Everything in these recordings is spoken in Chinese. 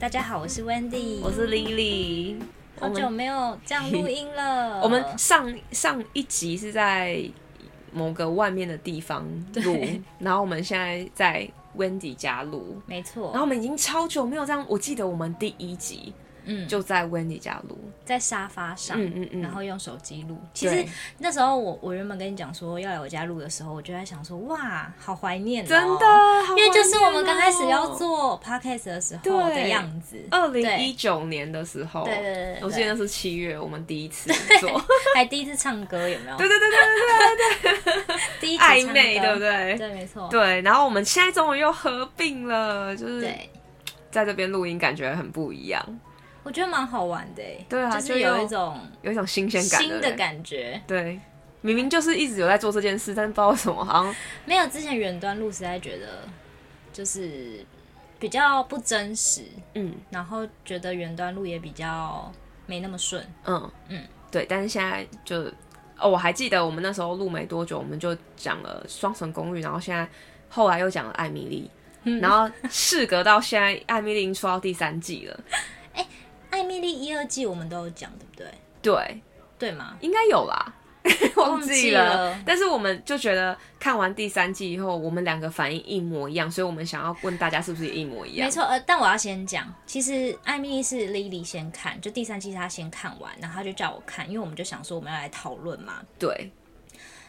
大家好，我是 Wendy，我是 Lily。好久没有这样录音了。 我们上上一集是在某个外面的地方录，然后我们现在在 Wendy 家录，没错然，后我们已经超久没有这样。我记得我们第一集嗯，就在 Wendy 家录，在沙发上，嗯嗯嗯然后用手机录。其实对那时候我我原本跟你讲说要来我家录的时候，我就在想说，哇，好怀念、哦，真的，好因怀为念哦就是我们刚开始要做 podcast 的时候的对样子，二零一九年的时候，对对对对我记得那是七月，我们第一次做，还第一次唱歌有没有？对对对对对， 第 一次暧昧，对不对？对？对，没错，对，然后我们现在终于又合并了，就是对，在这边录音，感觉很不一样，我觉得蛮好玩的欸，对啊就是就又有一种有一种新鲜感，新对的不对感觉。对，明明就是一直有在做这件事，但是不知道为什么，好像没有之前远端录，实在觉得就是比较不真实，嗯然后觉得远端录也比较没那么顺。嗯嗯嗯，对。但是现在就哦，我还记得我们那时候录没多久，我们就讲了《双城公寓》，然后现在后来又讲了《艾米丽》然后事隔到现在，《艾米丽》已经出到第三季了，艾米丽一二季我们都有讲，对不对？对，对吗？应该有啦。 忘记记了但是我们就觉得看完第三季以后，我们两个反应一模一样，所以我们想要问大家是不是也一模一样没？错，呃，但我要先讲，其实艾米丽是 Lily 先看，就第三季是她先看完，然后她就叫我看，因为我们就想说我们要来讨论嘛。对，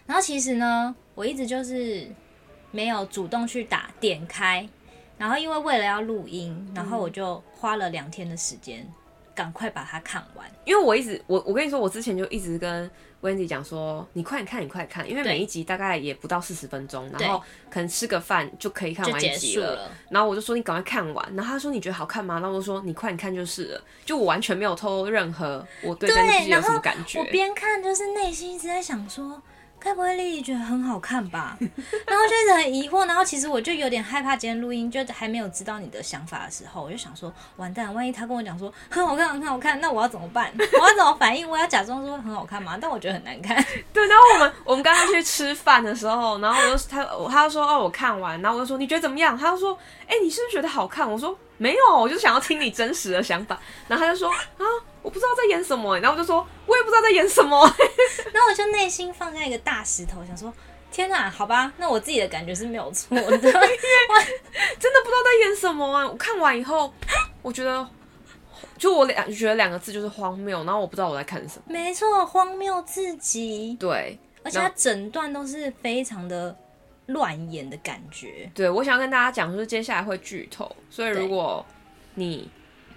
然后其实呢，我一直就是没有主动去打点开，然后因为为了要录音，然后嗯我就花了两天的时间，赶快把它看完。因为我一直我我跟你说，我之前就一直跟 Wendy 讲说，你快点看，你快点看，因为对每一集大概也不到四十分钟，对然后可能吃个饭就可以看就完一结集束了。了，然后我就说你赶快看完，然后他说你觉得好看吗？然后我就说你快点看就是了，就我完全没有透露任何我对这件事对，有然什后么感觉我。边看就是内心一直在想说，该不会丽丽觉得很好看吧？然后就一直很疑惑，然后其实我就有点害怕，今天录音就还没有知道你的想法的时候，我就想说，完蛋，万一他跟我讲说很好看，很好看，那我要怎么办？我要怎么反应？我要假装说很好看吗？但我觉得很难看。对，然后我们我们刚刚去吃饭的时候，然后我就他他就说哦我看完，然后我就说你觉得怎么样？他就说哎、你是不是觉得好看？我说没有，我就想要听你真实的想法。然后他就说啊我不知道在演什么、欸然后我就说我也不知道在演什么、欸然后我就内心放下一个大石头，想说：天哪，好吧，那我自己的感觉是没有错的。 真的不知道在演什么啊！我看完以后，我觉得，就我两觉得两个字就是荒谬，然后我不知道我在看什么。没错，荒谬至极，对而且它整段都是非常的乱演的感觉。对，我想要跟大家讲，就是接下来会剧透，所以如果你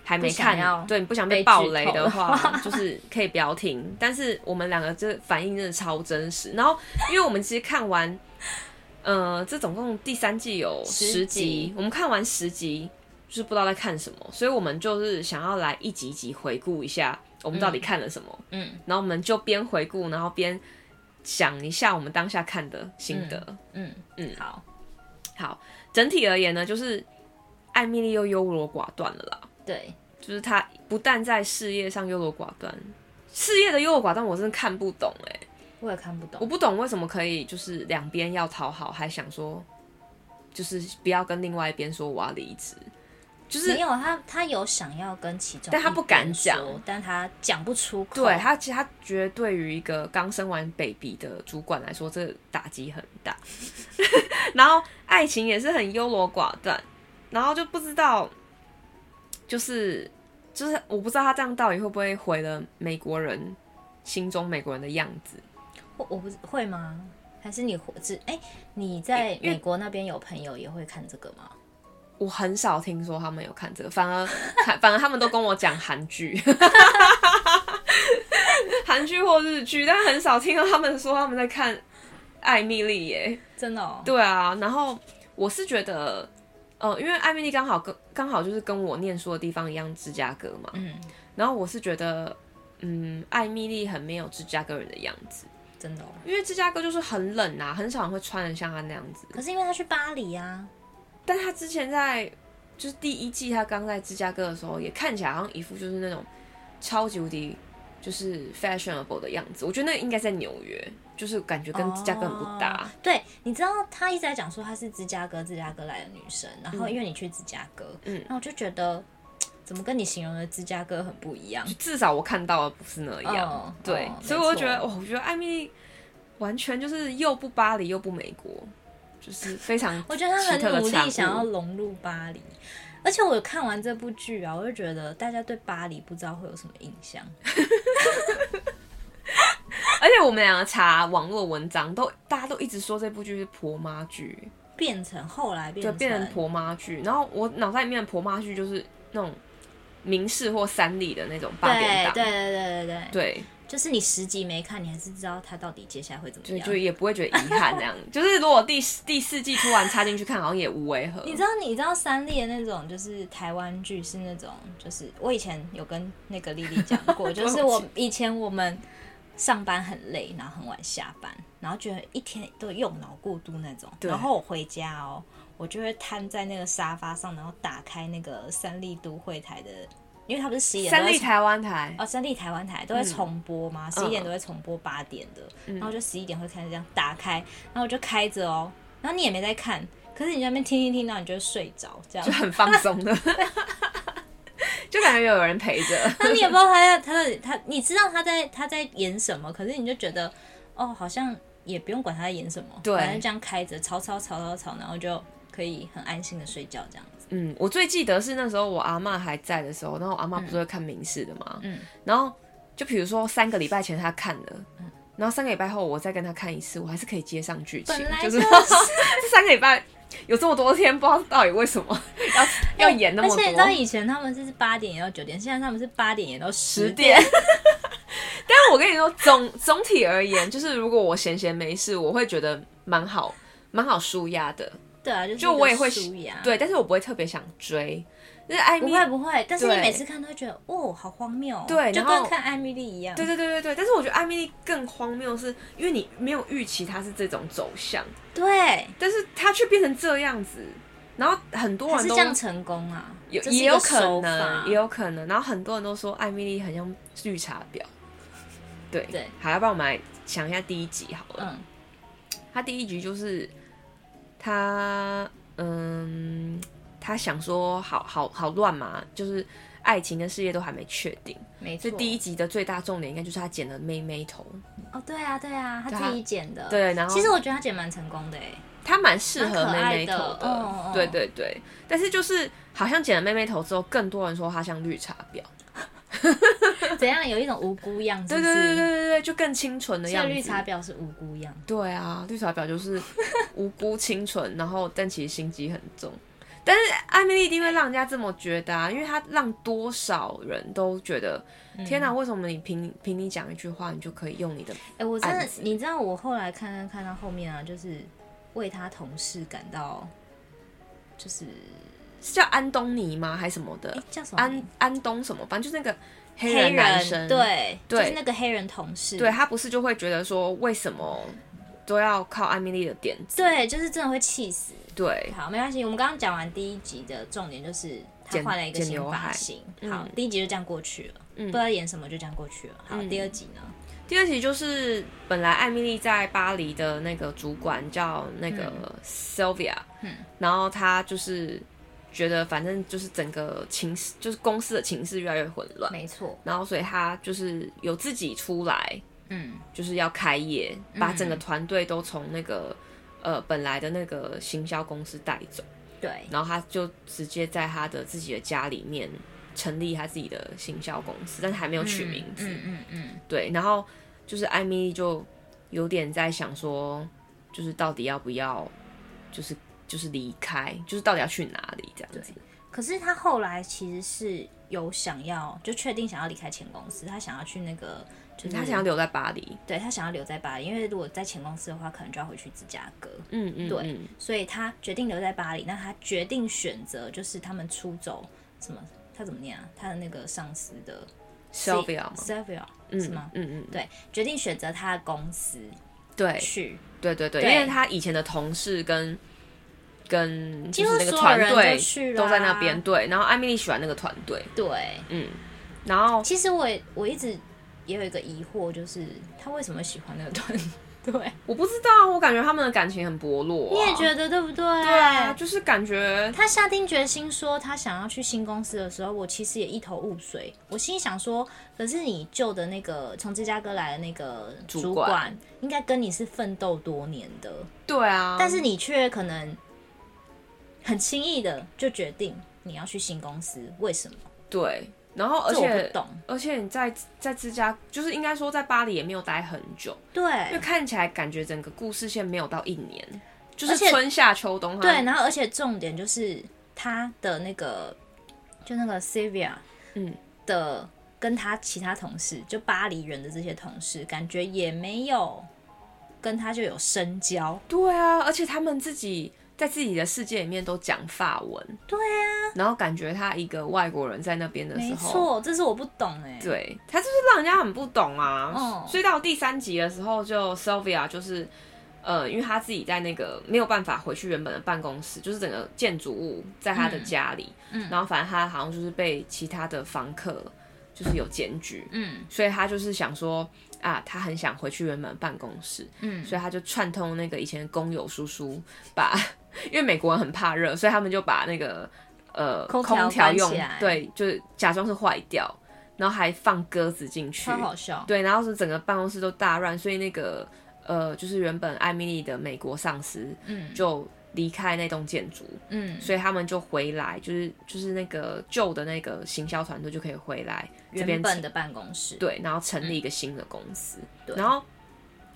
还没不想要看，对你不想被被暴剧雷透的的话，就是可以不要听。但是我们两个这反应真的超真实。然后，因为我们其实看完，呃，这总共第三季有十十集集，我们看完十集就是不知道在看什么，所以我们就是想要来一集一集回顾一下我们到底看了什么。嗯然后我们就边回顾，然后边想一下我们当下看的心得。嗯嗯，嗯好，好，整体而言呢，就是艾米丽又优柔寡断了啦，对，就是她不但在事业上优柔寡断，事业的优柔寡断我真的看不懂哎、我也看不我懂。不懂为什么可以就是两边要讨好，还想说就是不要跟另外一边说我要离职，就是没有他，他有想要跟其中一边说，但他不敢讲但他讲不出口。对他，其实他觉得对于一个刚生完 baby 的主管来说，这打击很大。 然后爱情也是很优柔寡断，然后就不知道，就是就是我不知道他这样到底会不会毁了美国人心中美国人的样子。我我不会吗？还是你活只哎、你在因为美国那边有朋友也会看这个吗？我很少听说他们有看这个，反而反而他们都跟我讲韩剧， 韩剧或日剧，但很少听到他们说他们在看《艾米丽》耶。真的、哦，对啊，然后我是觉得，呃，因为艾米丽刚好跟刚好就是跟我念书的地方一样，芝加哥嘛。嗯，然后我是觉得，嗯，艾米丽很没有芝加哥人的样子，真的、哦。因为芝加哥就是很冷啊，很少人会穿的像她那样子。可是因为他去巴黎啊，但她之前在就是第一季她刚在芝加哥的时候，也看起来好像一副就是那种超级无敌就是 fashionable 的样子。我觉得那应该在纽约，就是感觉跟芝加哥很不搭。哦对，你知道她一直在讲说她是芝加哥芝加哥来的女生，然后因为你去芝加哥，嗯然后我就觉得嘖怎怎么跟你形容的芝加哥很不一 样？至少我看到的不是那样。哦对，哦所以没我错就觉得，哦，我觉得艾米丽完全就是又不巴黎又不美国，就是非 常我觉得他奇特很的努产力物想要融入巴黎，而且我看完这部剧啊，我就觉得大家对巴黎不知道会有什么印象。而且我们两个查网络文章，都大家都一直说这部剧是婆妈剧，变成后来变就成变成婆妈剧。然后我脑袋里面的婆妈剧就是那种明式或三里的那种八点对对档，对对对对，对，就是你十集没看，你还是知道他到底接下来会怎么就样。就也不会觉得遗憾这样。就是如果第四第四季突然插进去看，好像也无违和。你知道，你知道三立的那种就是台湾剧是那种，就是我以前有跟那个丽丽讲过，就是我以前我们上班很累，然后很晚下班，然后觉得一天都用脑过度那种，对然后我回家哦，我就会瘫在那个沙发上，然后打开那个三立都会台的，因为它不是十一点三都会立台湾台，哦，三立台湾台都会重播嘛，十一、点嗯都会重播八点的，然后就十一点会开始这样打开，然后我就开着哦，然后你也没在看，可是你在那边听一听，然后你就会睡着这 样就，很放松的，就感觉有人陪着。 那你也不知道他在他在他，你知道他在他在演什么，可是你就觉得哦，好像也不用管他在演什么，对反正这样开着吵吵吵吵吵，然后就可以很安心的睡觉这样子，嗯，我最记得是那时候我阿嬷还在的时候，然后我阿嬷不是会看民视的嘛，嗯然后就比如说三个礼拜前她看的，然后三个礼拜后我再跟她看一次，我还是可以接上剧情本，来就就是是这 三个礼拜有这么多天，不知道到底为什么 要要演那么哎而多，且你知道以前他们是八点演到九点，现在他们是八点演到十十点。点。但是我跟你说，总总体而言，就是如果我闲闲没事，我会觉得蛮好，蛮好舒压的。对啊，就是就一个我也会舒压，对，但是我不会特别想追，就是艾不米会不会，但是你对每次看都会觉得，哦，好荒谬、哦，对就然后跟看艾米丽一样，对对对对对，但是我觉得艾米丽更荒谬，是因为你没有预期她是这种走向，对，但是她却变成这样子，然后很多还是人这都样成功啊，有这是也一个有可手能，法也有可能，然后很多人都说艾米丽很像绿茶婊，对对，好，要不然我们来想一下第一集好了，嗯，她第一集就是她嗯，她想说好好好乱嘛，就是爱情跟事业都还没确定，没错，所以第一集的最大重点应该就是她剪了妹妹头。哦，对啊对啊，他对啊自己剪的，对然后其实我觉得他剪蛮成功的哎，她蛮适合妹妹头蛮可爱的哦哦对对对。但是就是好像剪了妹妹头之后，更多人说她像绿茶婊，怎样有一种无辜样，是对不对是对对对对，就更清纯的所样以子。绿茶婊是无辜样，对啊，绿茶婊就是无辜清纯，然后但其实心机很重。但是艾米丽一定会让人家这么觉得啊，因为她让多少人都觉得，嗯天哪、为什么你凭凭你讲一句话，你就可以用你的？哎、我真的案子，你知道我后来看看看到后面啊，就是为他同事感到，就是是叫安东尼吗？还是什么的？哎、叫什么呃安安东什么？反正就是那个黑黑人男生，对，对就是那个黑人同事，对他不是就会觉得说，为什么都要靠艾米丽的点子？对，就是真的会气死。对，好，没关系，我们刚刚讲完第一集的重点就是他剪换了一个剪新刘发海型。好，第一集就这样过去了，嗯不知道演什么就这样过去了。好，嗯第二集呢？第二题就是本来艾米丽在巴黎的那个主管叫那个 Sylvia，、嗯然后她就是觉得反正就是整个情势，就是公司的情势越来越混乱，没错，然后所以她就是有自己出来，嗯，就是要开业，把整个团队都从那个呃本来的那个行销公司带走。对，然后他就直接在他的自己的家里面成立他自己的行销公司，但是还没有取名字。嗯嗯嗯对，然后就是艾米丽就有点在想说，就是到底要不要，就是就是离开，就是到底要去哪里这样子。嗯。可是他后来其实是有想要，就确定想要离开前公司，他想要去那个，就是他想要留在巴黎。对他想要留在巴黎，因为如果在前公司的话，可能就要回去芝加哥。嗯嗯，对嗯所以他决定留在巴黎。那他决定选择就是他们出走什么？他怎么念啊？他的那个上司的，Sylvia 嘛， Sylvia 嗯是吗？嗯嗯，对，决定选择他的公司对去，对对对，对因为他以前的同事跟。跟几就乎是那个所有团人都队去啊都在那啦边，对。然后艾米丽喜欢那个团队，对。嗯。然后其实我也我一直也有一个疑惑，就是他为什么喜欢那个团 对，我不知道，我感觉他们的感情很薄弱、啊你也觉得对不对？对啊，就是感觉他下定决心说他想要去新公司的时候，我其实也一头雾水。我心想说，可是你旧的那个从芝加哥来的那个主主管管，应该跟你是奋斗多年的，对啊，但是你却可能很轻易的就决定你要去新公司，为什么？对，然后而这我不且懂。而且你在在芝加，就是应该说在巴黎也没有待很久，因为对看起来感觉整个故事线没有到一年，就而是且春夏秋冬哈。对，然后而且重点就是他的那个，就那个 Sylvia，嗯的跟他其他同事，就巴黎人的这些同事，感觉也没有跟他就有深交。对啊，而且他们自己在自己的世界里面都讲法文，对啊，然后感觉他一个外国人在那边的时没候，错，这是我不懂哎、对他就是让人家很不懂啊。哦所以到第三集的时候，就 Sylvia 就是。呃，因为他自己在那个没有办法回去原本的办公室，就是整个建筑物在他的家里，嗯嗯然后反正他好像就是被其他的房客就是有检举，嗯所以他就是想说啊，他很想回去原本的办公室，嗯，所以他就串通那个以前的工友叔叔，把因为美国人很怕热，所以他们就把那个呃空调空调关起用来对，就是假装是坏掉，然后还放鸽子进去超，好笑。对，然后是整个办公室都大乱，所以那个呃就是原本艾米丽的美国上司嗯就离开那栋建筑，嗯，所以他们就回来，就是就是那个旧的那个行销团队就可以回来这边原本的办公室，对，然后成立一个新的公司。对然后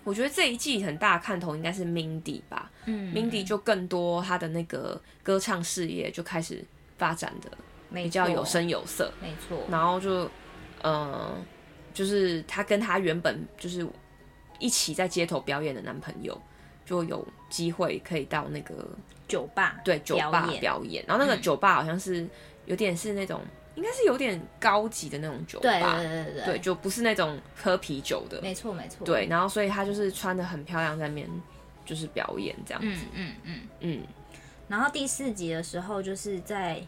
我觉得这一季很大的看头应该是 Mindy 吧、嗯 m i n d y 就更多她的那个歌唱事业就开始发展的没比较错有，声有色，没错，然后就呃，就是她跟她原本就是一起在街头表演的男朋友。就有机会可以到那个酒吧对酒吧表演嗯表演，然后那个酒吧好像是有点是那种，应该是有点高级的那种酒吧，对对对对对，对，就不是那种喝啤酒的，没错没错，，对，然后所以他就是穿的很漂亮，在那边就是表演这样，嗯嗯嗯。嗯，然后第四集的时候，就是在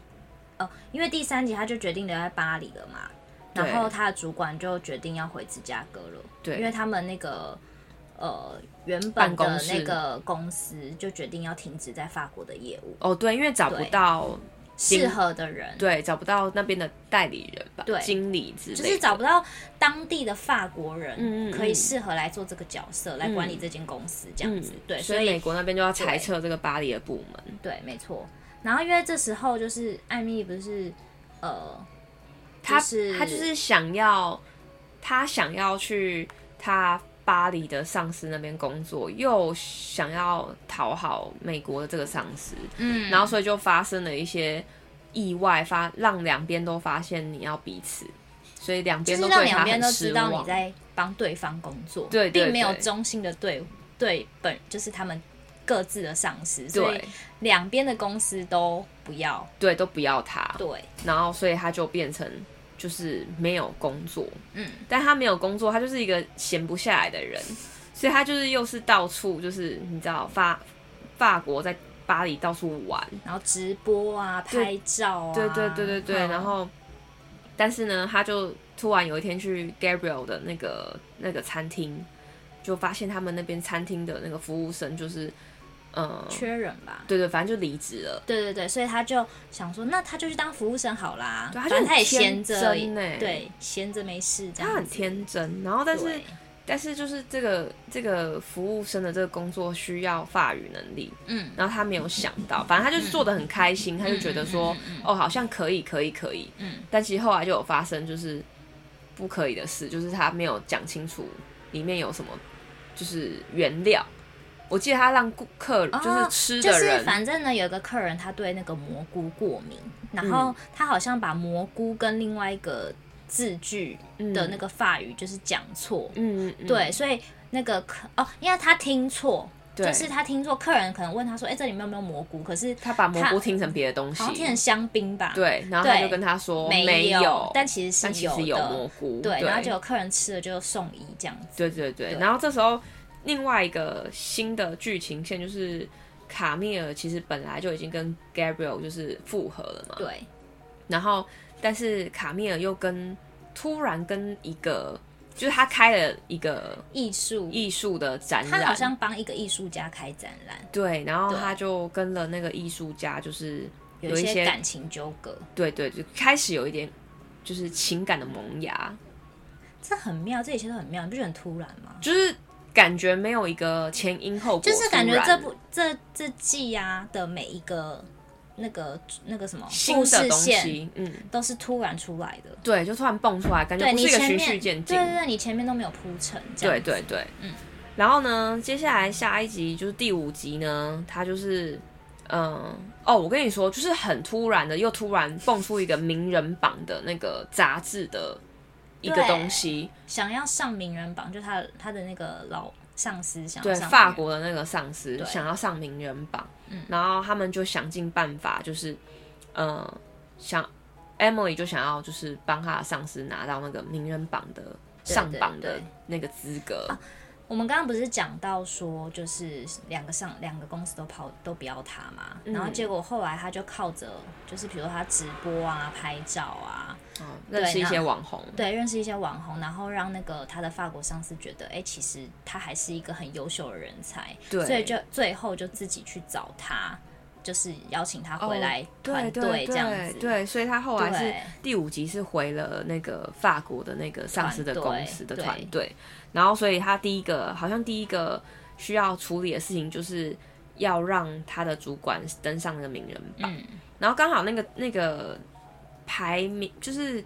哦，因为第三集他就决定留在巴黎了嘛，对然后他的主管就决定要回芝加哥了，因为对，他们那个呃原本办公的那室个公司就决定要停止在法国的业务，哦对，因为找不到，适合的人对，找不到那边的代理人吧，对经理之类的，就是找不到当地的法国嗯嗯人嗯可以适合来做这个角色，来管理这间公司这样子，对，嗯所所以以美国那边就要裁撤这个巴黎的部门，对，没错。然后因为这时候就是艾米不是呃，他是他就是想要，他想要去他。巴黎的上司那边工作，又想要讨好美国的这个上司，嗯，然后所以就发生了一些意外，发让两边都发现你要彼此，所以两就边是都让对两他边很都失知道望你。在帮对方工作，对对并没有对中性的对对本，就是他们各自的上司，所以对两边的公司都不要。对，都不要他，对，然后所以他就变成就是没有工作，嗯，但他没有工作，他就是一个闲不下来的人，所以他就是又是到处就是你知道法法国在巴黎到处玩，然后直播啊，对拍照啊，对对对对对，嗯然后但是呢，他就突然有一天去 Gabriel 的那个那个餐厅，就发现他们那边餐厅的那个服务生就是，呃，缺人吧。对对，反正就离职了。对对对，所以他就想说，那他就去当服务生好啦。对他就反正他也很天闲着而已，真欸对，闲着没事这样子。他很天真，然后但是对，但是就是这个这个服务生的这个工作需要法语能力，嗯，然后他没有想到，反正他就是做的很开心，他就觉得说，哦，好像可以，可以，可以。嗯，但其实后来就有发生就是不可以的事，就是他没有讲清楚里面有什么，就是原料。我记得他让顾客哦就是吃就的是人，反正呢，有一个客人他对那个蘑菇过敏，嗯然后他好像把蘑菇跟另外一个字句的那个法语就是讲错，嗯，嗯对，所以那个客哦，因为他听错，对就是他听错，客人可能问他说：“哎、这里面有没有蘑菇？”可是他把蘑他菇听成别的东西好，像听成香槟吧，，对，然后他对就跟他说没有，但其实但是其实有的，蘑菇，对，然后就有客人吃了就送医这样子，对对对，对然后这时候另外一个新的剧情线就是卡米尔其实本来就已经跟 Gabriel 就是复合了嘛，对，然后但是卡米尔又跟突然跟一个就是他开了一个艺术，艺术的展他览，好像帮一个艺术家开展览，对，然后对他就跟了那个艺术家，就是有一一些些感情纠葛，对对，就开始有一点就是情感的萌芽，这很妙，这一切都很妙，你不觉得很突然吗？就是感觉没有一个前因后果，就是感突觉然这部这这季啊的每一个那个那个什么新故的事东线西，嗯，都是突然出来的，对，就突然蹦出来，感觉对不你是一个前循面序渐进对，对对，你前面都没有铺陈，这样对对对，嗯。然后呢，接下来下一集就是第五集呢，它就是，嗯，哦，我跟你说，就是很突然的，又突然蹦出一个名人榜的那个杂志的一个对东西，想要上名人榜，就他他的那个老上司想要对，上名人法国的那个上司对嗯想要上名人榜，然后他们就想尽办法，就是，呃，想 Emily 就想要就是帮他的上司拿到那个名人榜的对上对榜的对那个资格，我们刚刚不是讲到说，就是两个上两个公司都跑都不要他嘛，然嗯后结果后来他就靠着，就是比如说他直播啊、拍照啊，哦认识一些那网红，对，认识一些网红，然后让那个他的法国上司觉得，哎、其实他还是一个很优秀的人才，对所以就最后就自己去找他，就是邀请他回来团队这样子，哦对所以他后来是对第五集是回了那个法国的那个上司的团队公司的对团队，然后所以他第一个好像第一个需要处理的事情就是要让他的主管登上那个名人榜，嗯，然后刚好那个那个排名就是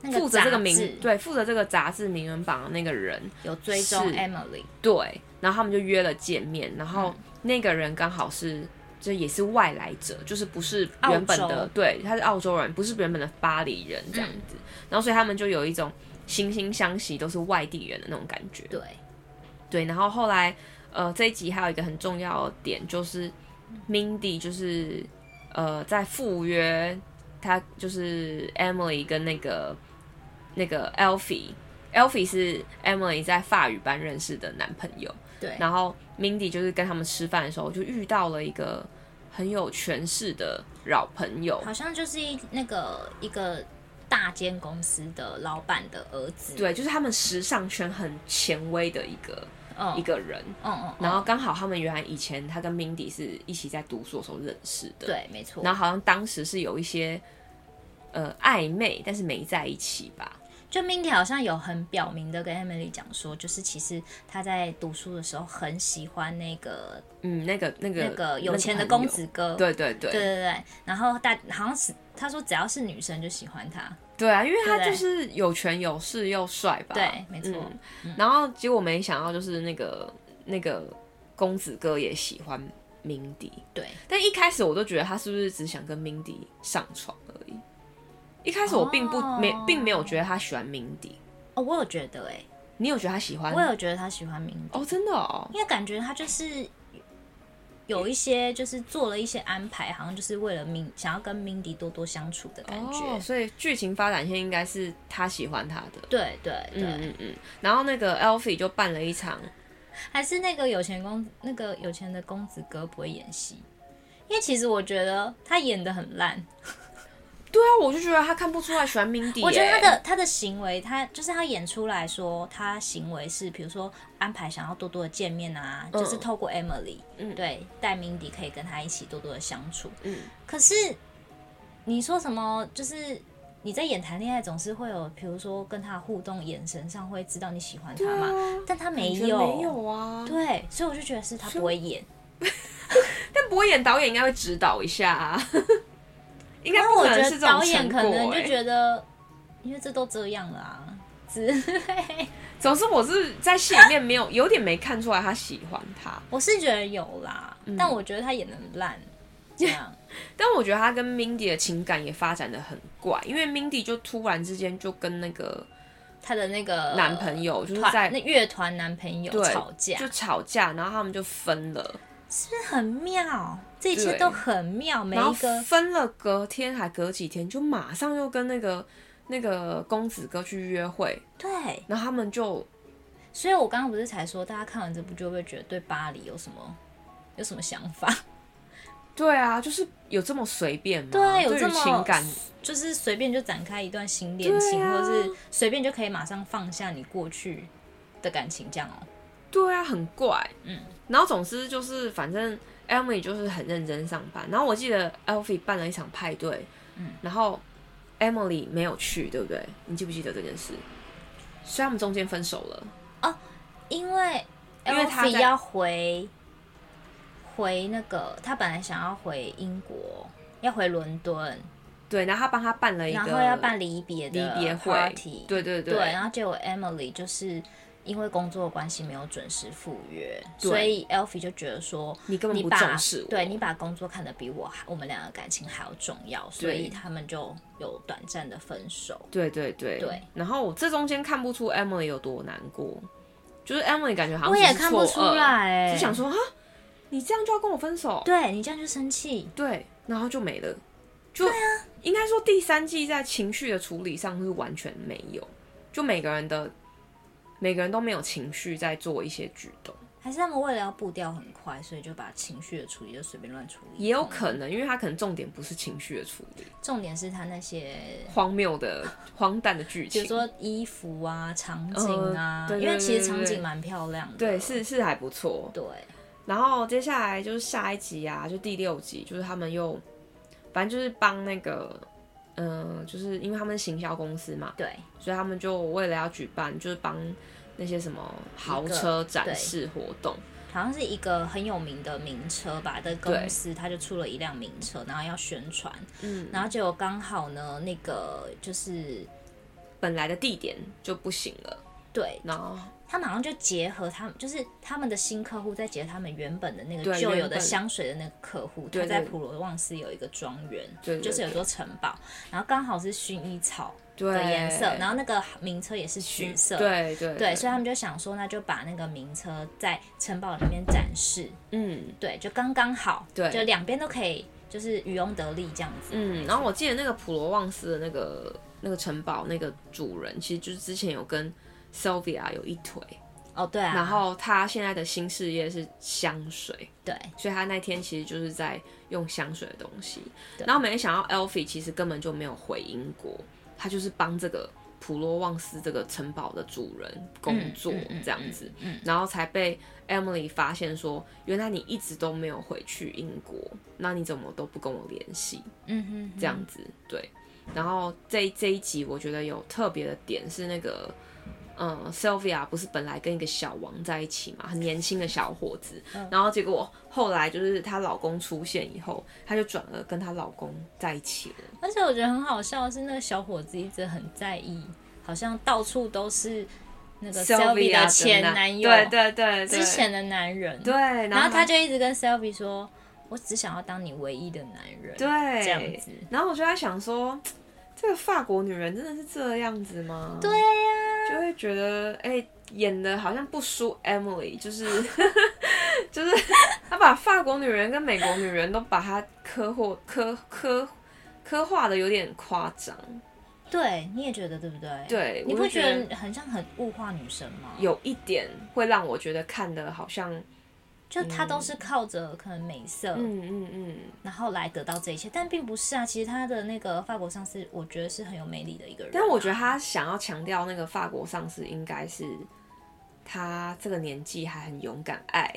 那个负责这个杂名志对负责这个杂志名人榜的那个人，有追踪是 Emily，对，然后他们就约了见面，然嗯后那个人刚好是。就也是外来者，就是不是原本澳的洲，对，他是澳洲人，不是原本的巴黎人这样子。嗯然后所以他们就有一种惺惺相惜，都是外地人的那种感觉。对，对，然后后来呃这一集还有一个很重要的点就是 Mindy 就是呃在赴约，他就是 Emily 跟那个那个 Alfie。Alfie 是 Emily 在法语班认识的男朋友，对然后 Mindy 就是跟他们吃饭的时候就遇到了一个很有权势的老朋友，好像就是一那个一个大间公司的老板的儿子，对，就是他们时尚圈很前卫的一个、嗯，一个人，嗯嗯，嗯然后刚好他们原来以前他跟 Mindy 是一起在读书的时候认识的，，对，没错，然后好像当时是有一些呃暧昧，但是没在一起吧，就 Mindy 好像有很表明的跟 Emily 讲说，就是其实她在读书的时候很喜欢那个嗯，那个那个那个有钱的朋公友，子哥，对对对对对对，然后大好像是她说只要是女生就喜欢他，对啊，因为他对不就对是有权有势又帅吧？对没错嗯然后结果没想到就是那个那个公子哥也喜欢明迪，对，但一开始我都觉得他是不是只想跟明迪上床而已。一开始我并不、哦没并没有觉得他喜欢明迪，哦，我有觉得哎、你有觉得他喜欢我？有觉得他喜欢 Mindy，哦，真的哦，因为感觉他就是。有一些就是做了一些安排，好像就是为了明想要跟 Mindy 多多相处的感觉。哦，所以剧情发展线应该是他喜欢他的。对对对，嗯嗯嗯，然后那个 Alfie 就办了一场还是那个有钱公那个有钱的公子哥不会演戏，因为其实我觉得他演的很烂，对啊，我就觉得他看不出来喜欢 Mindy，我觉得耶他的他的行为，他就是他演出来说他行为是，比如说安排想要多多的见面啊，嗯就是透过 Emily，、嗯对，戴明迪可以跟他一起多多的相处。嗯可是你说什么，就是你在演谈恋爱总是会有，比如说跟他互动，眼神上会知道你喜欢他嘛，但他没啊感觉有，没有啊，对，所以我就觉得是他不会演。但博演导演应该会指导一下、啊， 应该那不我可觉能是得这种导演成果可能就欸觉得，因为这都这样了啊，之类。总之我是在戏里面没有有点没看出来他喜欢他，我是觉得有啦，嗯但我觉得他演的很 烂，这样但我觉得他跟 Mindy 的情感也发展的很怪，因为 Mindy 就突然之间就跟那个他的那个男朋友就是团在啊那乐团男朋友对吵架，就吵架，然后他们就分了，这很妙，这一切对都很妙，每然后一个分了隔天还隔几天就马上又跟那个那个公子哥去约会，对。然后他们就所以我刚刚不是才说，大家看完这部就会觉得对巴黎有什么有什么想法？ 对啊，就是有这么随便吗？对啊有对于这么情感，就是随便就展开一段新恋情，对啊或者是随便就可以马上放下你过去的感情，这样哦、对啊，很怪。嗯，然后总之就是，反正 Emily 就是很认真上班。然后我记得 Alfie 办了一场派对，嗯，然后 Emily 没有去，对不对？你记不记得这件事？所以他们中间分手了。因为因为他 Elfie 在要回回那个，他本来想要回英国，要回伦敦，对，然后他帮他办了一个，然后要办离别离的别会 party，对对对，然后结果 Emily 就是因为工作的关系没有准时赴约，对所以 Elfie 就觉得说你根本你不把重视我，对你把工作看得比我还我们两个感情还要重要，所对以他们就有短暂的分手。对对对对。然后我这中间看不出 Emily 有多难过，就是 Emily 感觉好像我也只是看不错出愕，来、欸，就想，说啊，你这样就要跟我分手？对你这样就生气，对，然后就没了。就啊应该说第三季在情绪的处理上是完全没有，就每个人的每个人都没有情绪在做一些举动，还是他们为了要步调很快，所以就把情绪的处理就随便乱处理。嗯也有可能，因为他可能重点不是情绪的处理，重点是他那些，荒谬的、荒诞的剧比情如，说衣服啊、场景啊，呃对对因为其实场对对景对蛮漂亮的。对，是是还不错。对，然后接下来就是下一集啊，就第六集，就是他们又，反正就是帮那个，嗯、就是因为他们是行销公司嘛，对，所以他们就为了要举办，就是帮那些什么豪车展示活动，好像是一个很有名的名车吧的公司，他就出了一辆名车，然后要宣传，嗯，然后结果刚好呢，那个就是本来的地点就不行了，对然后他们好像就结合他们，就是他们的新客户，再结合他们原本的那个对旧有原的本香水的那个客户，对他在对普罗旺斯有一个庄园，对对就是有对座城堡，然后刚好是薰衣草对的颜色，然后那个名车也是紫色，对对对，所以他们就想说，那就把那个名车在城堡里面展示，嗯对，就刚刚好，对就两边都可以，就是渔翁得利这样子，嗯，然后我记得那个普罗旺斯的那个那个城堡那个主人，其实就是之前有跟 Sylvia 有一腿，哦对啊，然后他现在的新事业是香水。对所以他那天其实就是在用香水的东西。对然后没想到 Elfie 其实根本就没有回英国，他就是帮这个普罗旺斯这个城堡的主人工作嗯嗯嗯这样子，嗯嗯然后才被 Emily 发现说，原来你一直都没有回去英国，那你怎么都不跟我联系？嗯哼哼，这样子，对。然后这这一集我觉得有特别的点是那个，嗯，Sylvia 不是本来跟一个小王在一起嘛，很年轻的小伙子，嗯然后结果后来就是她老公出现以后，她就转而跟她老公在一起了。而且我觉得很好笑的是，那个小伙子一直很在意，好像到处都是那个 Selby 的前男男友，对对对，对之前的男人。对，然然后后他她就一直跟 Selby 说：“我只想要当你唯一的男人。”对这样子。然后我就在想说，这个法国女人真的是这样子吗？对呀、就会觉得哎、演的好像不输 Emily，就是 就是她把法国女人跟美国女人都把她刻画刻刻刻画的有点夸张，对，你也觉得对不对？，对，你我不就觉觉得很像很物化女生吗？，有一点会让我觉得看的好像就她都是靠着可能美色，嗯嗯嗯，然后来得到这一切，但并不是啊。其实她的那个法国上司，我觉得是很有魅力的一个人啊。但我觉得她想要强调那个法国上司应该是。她这个年纪还很勇敢爱，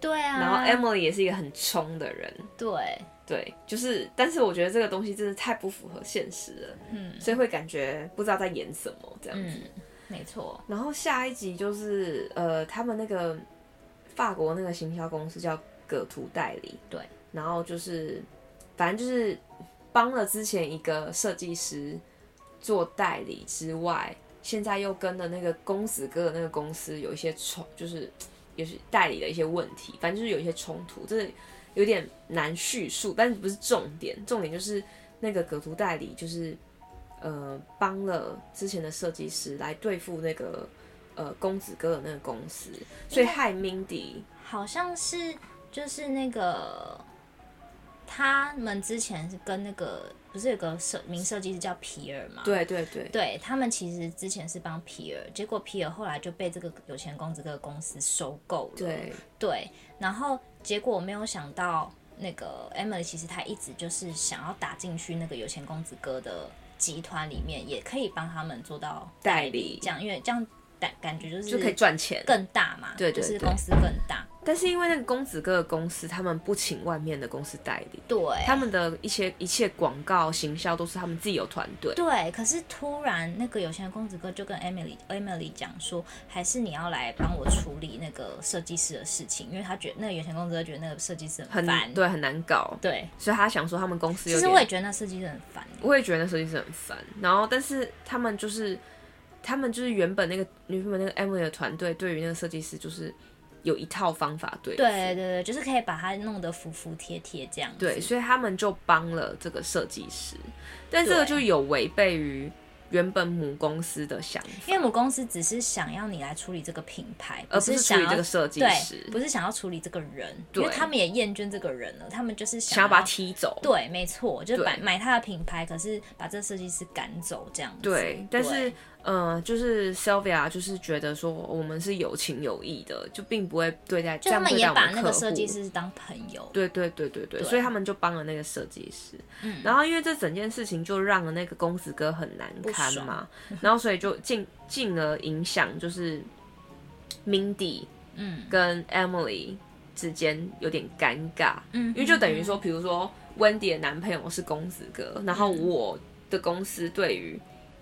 对啊，然后 Emily 也是一个很冲的人，对，对，就是，但是我觉得这个东西真的太不符合现实了，嗯所以会感觉不知道在演什么这样子。嗯，没错。然后下一集就是呃，他们那个法国那个行销公司叫葛图代理，对，然后就是反正就是帮了之前一个设计师做代理之外，现在又跟了那个公子哥的那个公司有一些冲，就是也是代理的一些问题，反正就是有一些冲突，这有点难叙述，但是不是重点，重点就是那个葛图代理就是呃帮了之前的设计师来对付那个呃公子哥的那个公司，所以害 Mindy 好像是就是那个他们之前是跟那个不是有个设名设计师叫皮尔嘛？对对对对他们其实之前是帮皮尔，结果皮尔后来就被这个有钱公子这个公司收购了。对对然后结果没有想到那个 Emily 其实她一直就是想要打进去那个有钱公子哥的集团里面，也可以帮他们做到代理这样，因为这样感感觉就是就可以赚钱。嗯更大嘛，对对就是对公司更大，但是因为那个公子哥的公司，他们不请外面的公司代理，对，他们的一些一切广告行销都是他们自己有团队。对，可是突然那个有钱人公子哥就跟 Emily Emily 讲说，还是你要来帮我处理那个设计师的事情，因为他觉得那个有钱公子哥觉得那个设计师很烦。对，很难搞。对所以他想说他们公司有其实点，我也觉得那设计师很烦。我也觉得那设计师很烦。然后，但是他们就是他们就是原本那个原本那个 Emily 的团队对于那个设计师就是有一套方法对付对对对，就是可以把它弄得服服帖帖这样子。对，所以他们就帮了这个设计师，但这个对就有违背于原本母公司的想因法，为母公司只是想要你来处理这个品牌，而不不是处想理要这个设计师对，，不是想要处理这个人，因为对他们也厌倦这个人了，他们就是想要想把他踢走。对，没错，就是对买买他的品牌，可是把这个设计师赶走这样子。对，但对是呃，就是 Sylvia 就是觉得说我们是有情有义的，就并不会对待就这他样们对也待我把们那的个客户。设计师当朋友，对对对对对对，嗯所以他们就帮了那个设计师。然后因为这整件事情就让了那个公子哥很难堪 嘛，然后所以就进进而影响就是 Mindy 嗯跟 Emily 之间有点尴尬，嗯，因为就等于说，比如说 Wendy 的男朋友是公子哥，然后嗯我的公司对于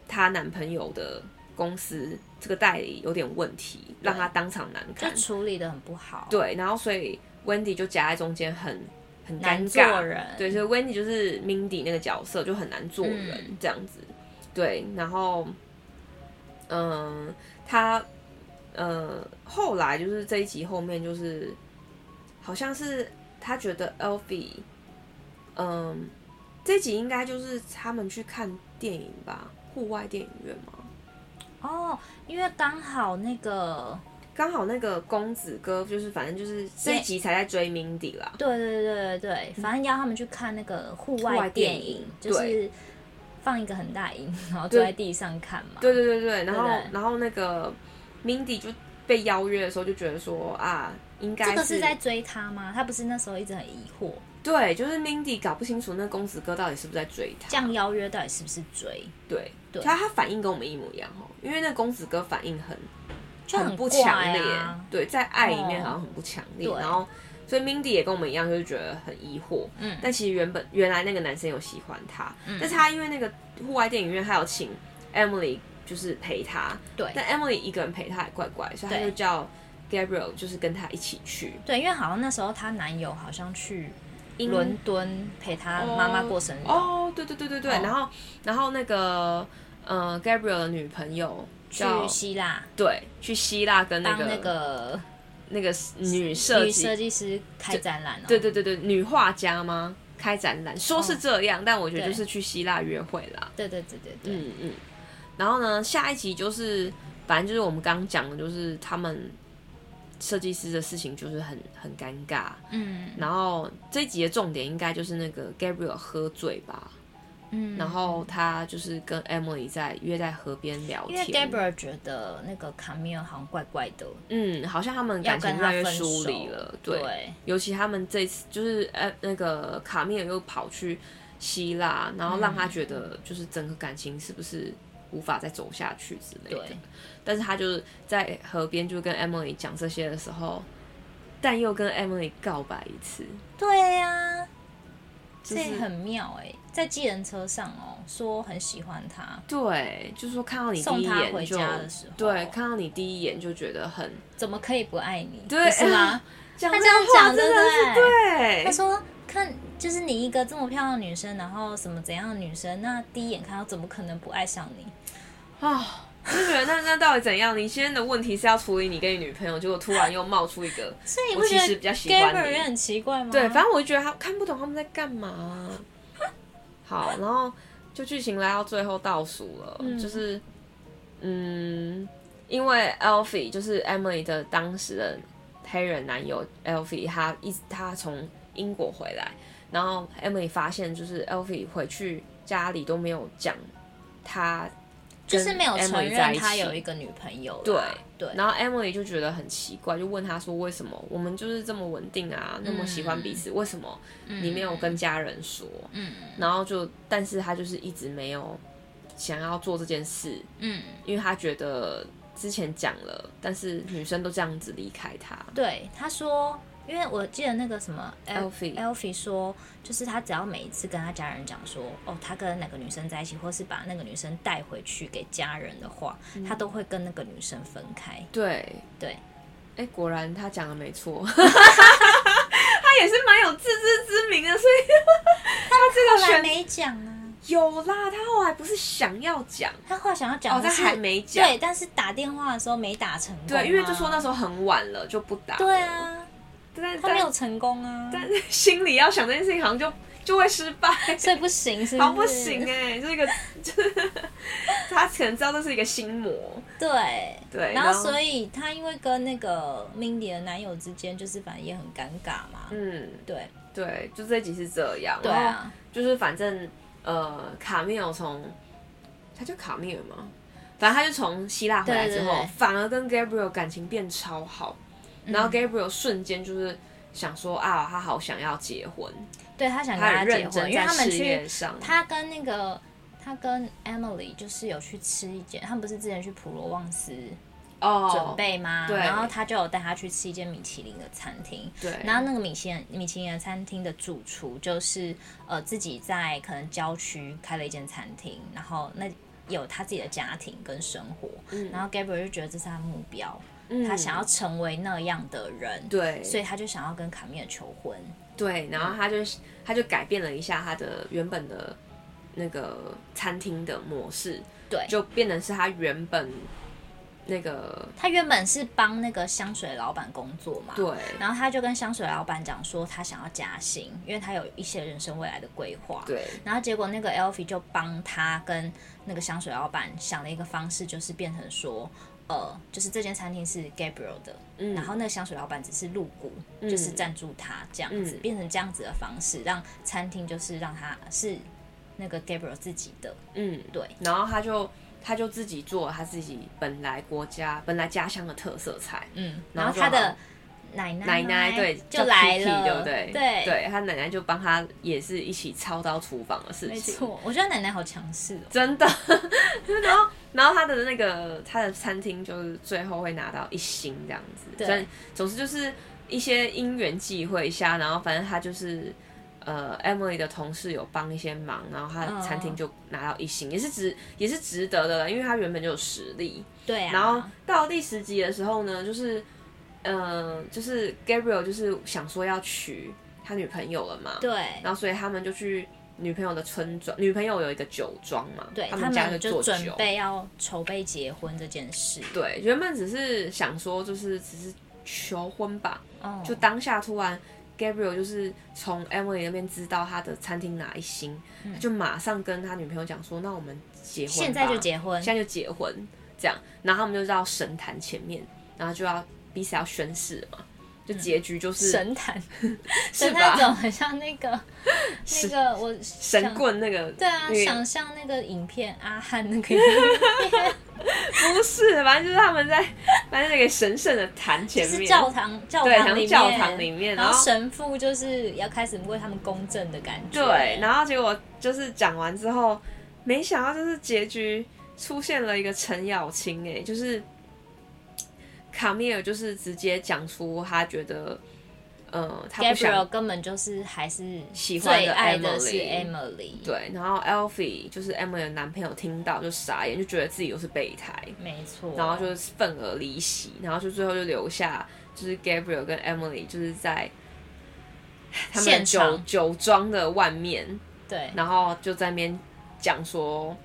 她男朋友的公司这个代理有点问题，让她当场难就堪。处理的很不好，，对，然后所以 Wendy 就夹在中间很很难尴做尬。人，对，所以 Wendy 就是 Mindy 那个角色就很难做人、嗯这样子。对，然后，嗯，他，呃，后来就是这一集后面就是，好像是他觉得 Elfie，嗯，这集应该就是他们去看电影吧，户外电影院嘛。哦，因为刚好那个，刚好那个公子哥就是，反正就是这一集才在追 Mindy 啦。对对对对对，反正要他们去看那个户外电影，户就外电影是放一个很大荧，然后坐在地上看嘛，对对对对，然后对不对然后那个 Mindy 就被邀约的时候就觉得说啊，应该这个是在追他吗？他不是那时候一直很疑惑，对，就是 Mindy 搞不清楚那公子哥到底是不是在追这她，样邀约到底是不是追？对，对他他反应跟我们一模一样哦，因为那公子哥反应很就不怪强烈啊，，对，在爱里面哦好像很不强烈，对然后所以 Mindy 也跟我们一样，就是觉得很疑惑，嗯但其实原本原来那个男生有喜欢她，但是他因为那个户外电影院，他有请 Emily 就是陪他，对但 Emily 一个人陪他也怪怪，所以他对就叫 Gabriel 就是跟他一起去对，因为好像那时候她男友好像去英伦敦陪她妈妈过生日，哦，对对对对对，哦然后然后那个呃 Gabriel 的女朋友叫去希腊对去希腊跟那当个那个那个女设女计设计师开展览哦。对对对对女画家吗？开展览说是这样，但我觉得对就是去希腊约会啦。对对对对对，嗯嗯。然后呢，下一集就是，反正就是我们刚刚讲的，就是他们设计师的事情，就是很很尴尬。嗯然后这一集的重点应该就是那个 Gabriel 喝醉吧，嗯。然后他就是跟 Emily 在约在河边聊因为天。 Gabriel 觉得那个卡米尔好像怪怪的，嗯，好像他们要感情跟他越来分越手。疏离了，对。对尤其他们这次就是呃那个卡米尔又跑去希腊，然后让他觉得嗯就是整个感情是不是无法再走下去之类的对。但是他就是在河边就跟 Emily 讲这些的时候，但又跟 Emily 告白一次，对呀、就这是很妙哎、在计人车上哦，说很喜欢他，对，就是说看到你第送一他眼回就家的时候对，看到你第一眼就觉得很怎么可以不爱你？对不是吗？讲他这这样个话讲真的是对不 对，他说看，就是你一个这么漂亮的女生，然后什么怎样的女生，那第一眼看到怎么可能不爱上你？啊，就觉得那那到底怎样？你现在的问题是要处理你跟你女朋友，结果突然又冒出一个，所以你我不觉其得实比较喜欢 Gabriel 也你。很奇怪吗？对，反正我就觉得他看不懂他们在干嘛。好，然后就剧情来到最后倒数了，就是嗯，因为 Alfie 就是 Emily 的当时的黑人男友 Alfie，他一直他从英国回来，然后 Emily 发现就是 Alfie 回去家里都没有讲他就是没有承 Emily 在认一他起有一个女朋友对啦。对然后 Emily 就觉得很奇怪，就问他说：“为什么我们就是这么稳定啊，那么喜欢彼此，为什么你没有跟家人说？”嗯然后就，但是他就是一直没有想要做这件事，嗯，因为他觉得之前讲了，但是女生都这样子离开他。对，他说，因为我记得那个什么 Elfie Elfie 说，就是他只要每一次跟他家人讲说，哦，他跟哪个女生在一起，或是把那个女生带回去给家人的话，他都会跟那个女生分开。对，对，哎，果然他讲的没错， 他也是蛮有自知之明的，所以他后这来个选没讲啊，有啦，他后来不是想要讲，他后来想要讲哦，的但是，还没讲，对，但是打电话的时候没打成功、啊对，因为就说那。时候很晚了，就不打。对，啊，但他没有但成功啊，但 是心里要想这件事情，好像就就会失败， 所以不行，是不是？好像不行哎、这个 他可能知道这是一个心魔，对对然然后后所以她因为跟那个 Mindy 的男友之间，就是反正也很尴尬嘛。嗯，对对，就这集是这样，对然后啊，就是反正呃，卡米尔从他叫卡米尔吗？反正他就从希腊回来之对后，对对嗯反而跟 Gabriel 感情变超好，然后 Gabriel 瞬间就是想说啊，他好想要结婚，对他想跟他他很结认婚，真因为在他们事去业，上，他跟那个他跟 Emily 就是有去吃一间，他们不是之前去普罗旺斯哦准备吗？对然后他就有带他去吃一间米其林的餐厅。哦对，然后那个米其林米其林的餐厅的主厨就是呃自己在可能郊区开了一间餐厅，然后那有他自己的家庭跟生活，嗯然后 Gabriel 就觉得这是他的目标，他想要成为那样的人，对所以他就想要跟卡米尔求婚，对，然嗯后他就他就改变了一下他的原本的那个餐厅的模式，对，就变成是他原本那个他原本是帮那个香水老板工作嘛，对。然后他就跟香水老板讲说他想要加薪，因为他有一些人生未来的规划。对，然后结果那个 Elfie 就帮他跟那个香水老板想了一个方式，就是变成说，呃，就是这间餐厅是 Gabriel 的，嗯然后那个香水老板只是入股，就是赞助他这样子，嗯变成这样子的方式，让餐厅就是让他是那个 Gabriel 自己的，嗯，对然后他就他就自己做了他自己本来国家本来家乡的特色菜，嗯，然然后后就他好的奶奶奶奶对就叫来 Kiki，了，对不对？对对，他奶奶就帮他也是一起操刀厨房的事情，没错，我觉得奶奶好强势哦，真的。 然后，然后他的那个他的餐厅就是最后会拿到一星这样子。对总总之就是一些因缘际会下，然后反正他就是呃，Emily 的同事有帮一些忙，然后他的餐厅嗯就拿到一星，也是值也是值得的啦，因为他原本就有实力。对啊，然后到第十集的时候呢，就是呃，就是 Gabriel 就是想说要娶他女朋友了嘛，对。然后所以他们就去女朋友的村庄，女朋友有一个酒庄嘛，对他他家们做就准酒。备要筹备结婚这件事，对，原本只是想说，就是只是求婚吧，哦，就当下突然。Gabriel 就是从 Emily 那边知道他的餐厅哪一星，他就马上跟他女朋友讲说：“那我们结婚吧，嗯现在就结婚，现在就结婚。”这样，然后他们就到神坛前面，然后就要彼此要宣誓嘛，就结局就是、神坛，是神坛吧？种很像那 个那个我想神棍那个对啊，那个想象那个影片阿汉那个影片，不是，反正就是他们在反正那个神圣的坛前就是面，教堂教对堂里面，好像教堂里面然然后后神父就是要开始为他们公正的感觉，对，然后结果就是讲完之后，没想到就是结局出现了一个程咬金，哎，就是卡米尔就是直接讲出他觉得，呃，他不想 Gabriel 根本就是还是喜欢最的爱的是 Emily Emily，，对，然后 Alfie 就是 Emily 的男朋友听到就傻眼，就觉得自己又是备胎，没错，然后就是愤而离席，然后就最后就留下就是 Gabriel 跟 Emily 就是在 他们现酒场酒庄的外面，对然后就在那边讲说，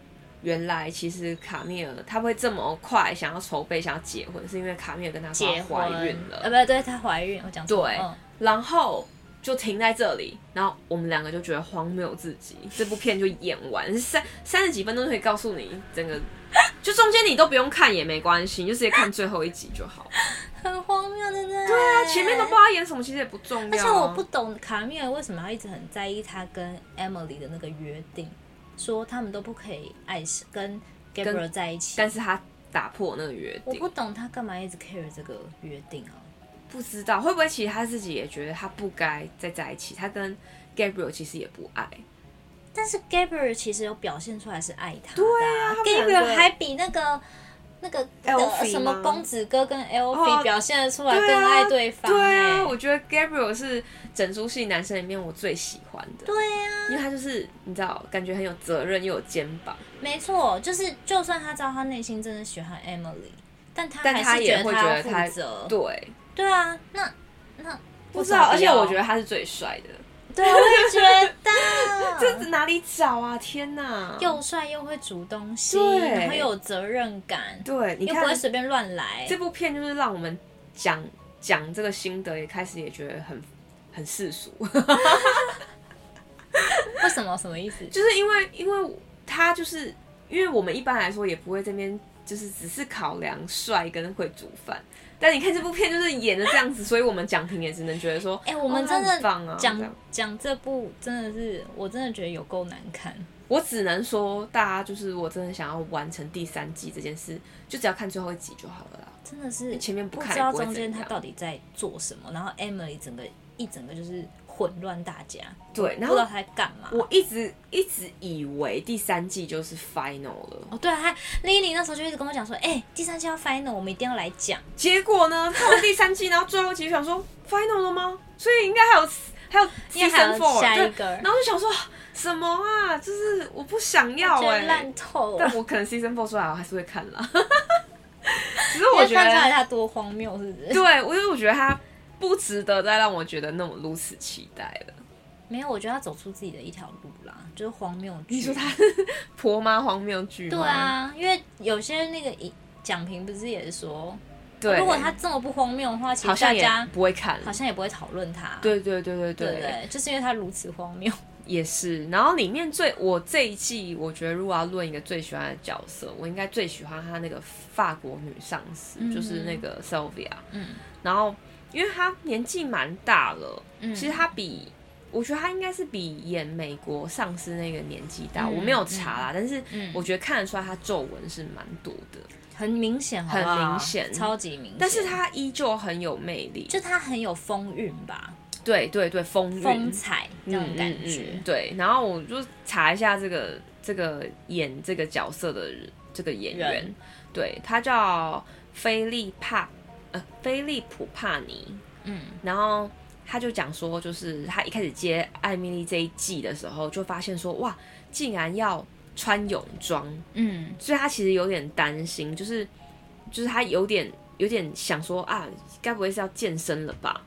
原来其实卡米尔他会这么快想要筹备想要结婚，是因为卡米尔跟他说结她婚怀孕呃，了，不对，她怀孕，我讲错了对嗯然后。就停在这里，然后我们两个就觉得荒谬至极。这部片就演完三三十几分钟就可以告诉你整个，就中间你都不用看也没关系，你就直接看最后一集就好。很荒谬，对不对？对啊，前面都不知道演什么，其实也不重要、啊。而且我不懂卡米尔为什么要一直很在意他跟 Emily 的那个约定，说他们都不可以爱上跟 Gabriel 在一起，但是他打破那个约我定不，懂他干嘛一直 care 这个约定啊？不知道会不会其实他自己也觉得他不该再在一起，他跟 Gabriel 其实也不爱，但是 Gabriel 其实有表现出来是爱他的、对啊他们两个 Gabriel 还比那个那个的 Elfie 什么吗公子哥跟 L 哦 V 表现得出来对更啊爱对方、欸对啊，我觉得 Gabriel 是整出戏男生里面我最喜欢的，对啊，因为他就是你知道，感觉很有责任又有肩膀，没错，就是就算他知道他内心真的喜欢 Emily，但他但还他是也觉会得觉得他他要负责。对，对啊，那那不知道，而且我觉得得他是最帅的，对，我也觉这 得哪里找啊？天哪！又帅又会煮东西，对然后又有责任感，对，你又不会看随便乱来这。部片就是让我们讲讲这个心得，也开始也觉得很很世俗， 为什么？什么意思？就是因为因为他就是因为我们一般来说也不会这边就是只是考量帅跟会煮饭，但你看这部片就是演的这样子，所以我们讲评也只能觉得说，哎、 我们哦真他很棒的啊讲这样讲、这部真的是，我真的觉得有够难看。我只能说大家就是我真的想要完成第三季这件事，就只要看最后一集就好了啦。真的是前面不不看知也道不会中间他怎样到底在做什么，然后 Emily 整个一整个就是混乱大家，对，然不知后道他在干嘛。我一直一直以为第三季就是 final 了，哦，对啊，他 Lily 那时候就一直跟我讲说，哎、第三季要 final，我们一定要来讲。结果呢，看完第三季，然后最后一集想说 final 了吗？所以应该还有还有应该还有 season four，下一对个然后就想说什么啊，就是我不想要觉得哎、烂透了。但我可能 season four 出来我还是会看啦， 只是你我看觉出来得，他多荒谬，是不是？对我就是我觉得它不值得再让我觉得那么如此期待了。没有，我觉得他走出自己的一条路啦，就是荒谬剧。你说它婆妈荒谬剧吗？对，啊，因为有些那个影讲评不是也是说，对，如果他这么不荒谬的话，其好实大像也家不会看了好。像也不会讨论他。对对对对对不对，就是因为他如此荒谬。也是，然后里面最我这一季，我觉得如果要论一个最喜欢的角色，我应该最喜欢她那个法国女上司，嗯就是那个 Sylvia。嗯，然后因为她年纪蛮大了，嗯其实她比我觉得她应该是比演美国上司那个年纪大，嗯我没有查啦，但是嗯我觉得看得出来她皱纹是蛮多的，很明显，好不好很明显超级明显。但是她依旧很有魅力。就他很有风韵吧，对对对，风韵风采那种感嗯嗯觉嗯。对，然后我就查一下这个这个演这个角色的人这个演员人，对他叫菲利帕呃菲利普帕尼，嗯然后他就讲说，就是他一开始接艾米丽这一季的时候，就发现说哇，竟然要穿泳装，嗯所以他其实有点担心，就是就是他有点有点想说啊，该不会是要健身了吧？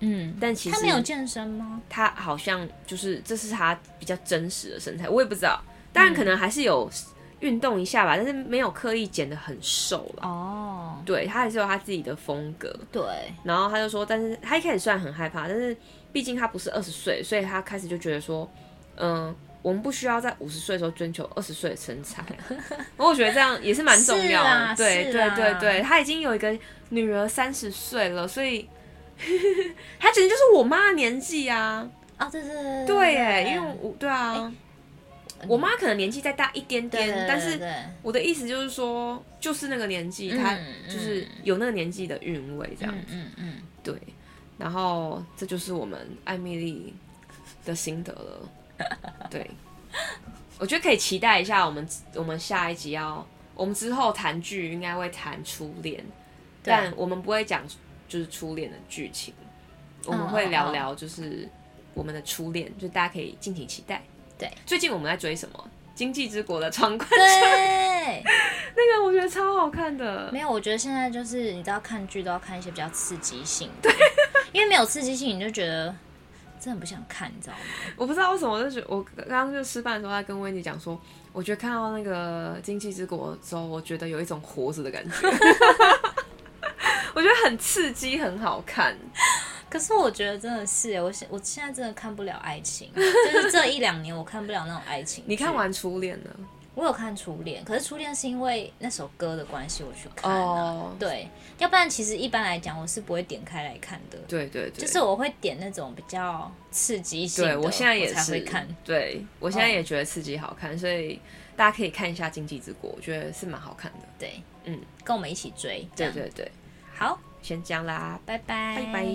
嗯。但其实他没有健身吗？他好像就是这是他比较真实的身材，我也不知道，当然可能还是有运动一下吧，但是没有刻意减得很瘦啦。哦，对他还是有他自己的风格，对，然后他就说，但是他一开始虽然很害怕，但是毕竟他不是二十岁，所以他开始就觉得说，嗯、我们不需要在五十岁的时候追求二十岁的 身材。我觉得这样也是蛮重要的，是啊对是对啊对对，他已经有一个女儿三十岁了，所以 他简直就是我妈的年纪啊。哦，对对对哎对耶，因为我对啊，我妈可能年纪再大一点对对点，但对是对我的意思就是说，就是那个年纪，嗯她嗯就是有那个年纪的韵味，这样嗯嗯 嗯，对。然后这就是我们艾米丽的心 得了，对。我觉得可以期待一下，我们我们下一集要，我们之后谈剧应该会谈初恋，对啊但我们不会讲就是初恋的剧情，我们嗯会嗯聊嗯聊就是我们的初恋，就大家可以敬请期待。对，最近我们在追什么？《经济之国》的闯关，对， 那个我觉得超好看的没。有，我觉得现在就是你知道看剧都要看一些比较刺激性的，因为没有刺激性你就觉得真的不想看，你知道吗？我不知道为什么，我就觉得我刚刚就吃饭的时候，在跟温迪讲说，我觉得看到那个《经济之国》之后，我觉得有一种活着的感觉， 我觉得很刺激，很好看。可是我觉得真的是，我现我现在真的看不了爱情，就是这一两年我看不了那种爱情。 你看？完《初恋》了？我有看《初恋》，可是《初恋》是因为那首歌的关系我去看、啊。哦，对，要不然其实一般来讲我是不会点开来看的，对对对，就是我会点那种比较刺激性的，对我现在也才是会看。对我现在哦也觉得刺激好看，所以大家可以看一下《经济之国》，我觉得是蛮好看的。对，嗯，跟我们一起追，这对样对对，好，先这样啦，拜拜，拜拜。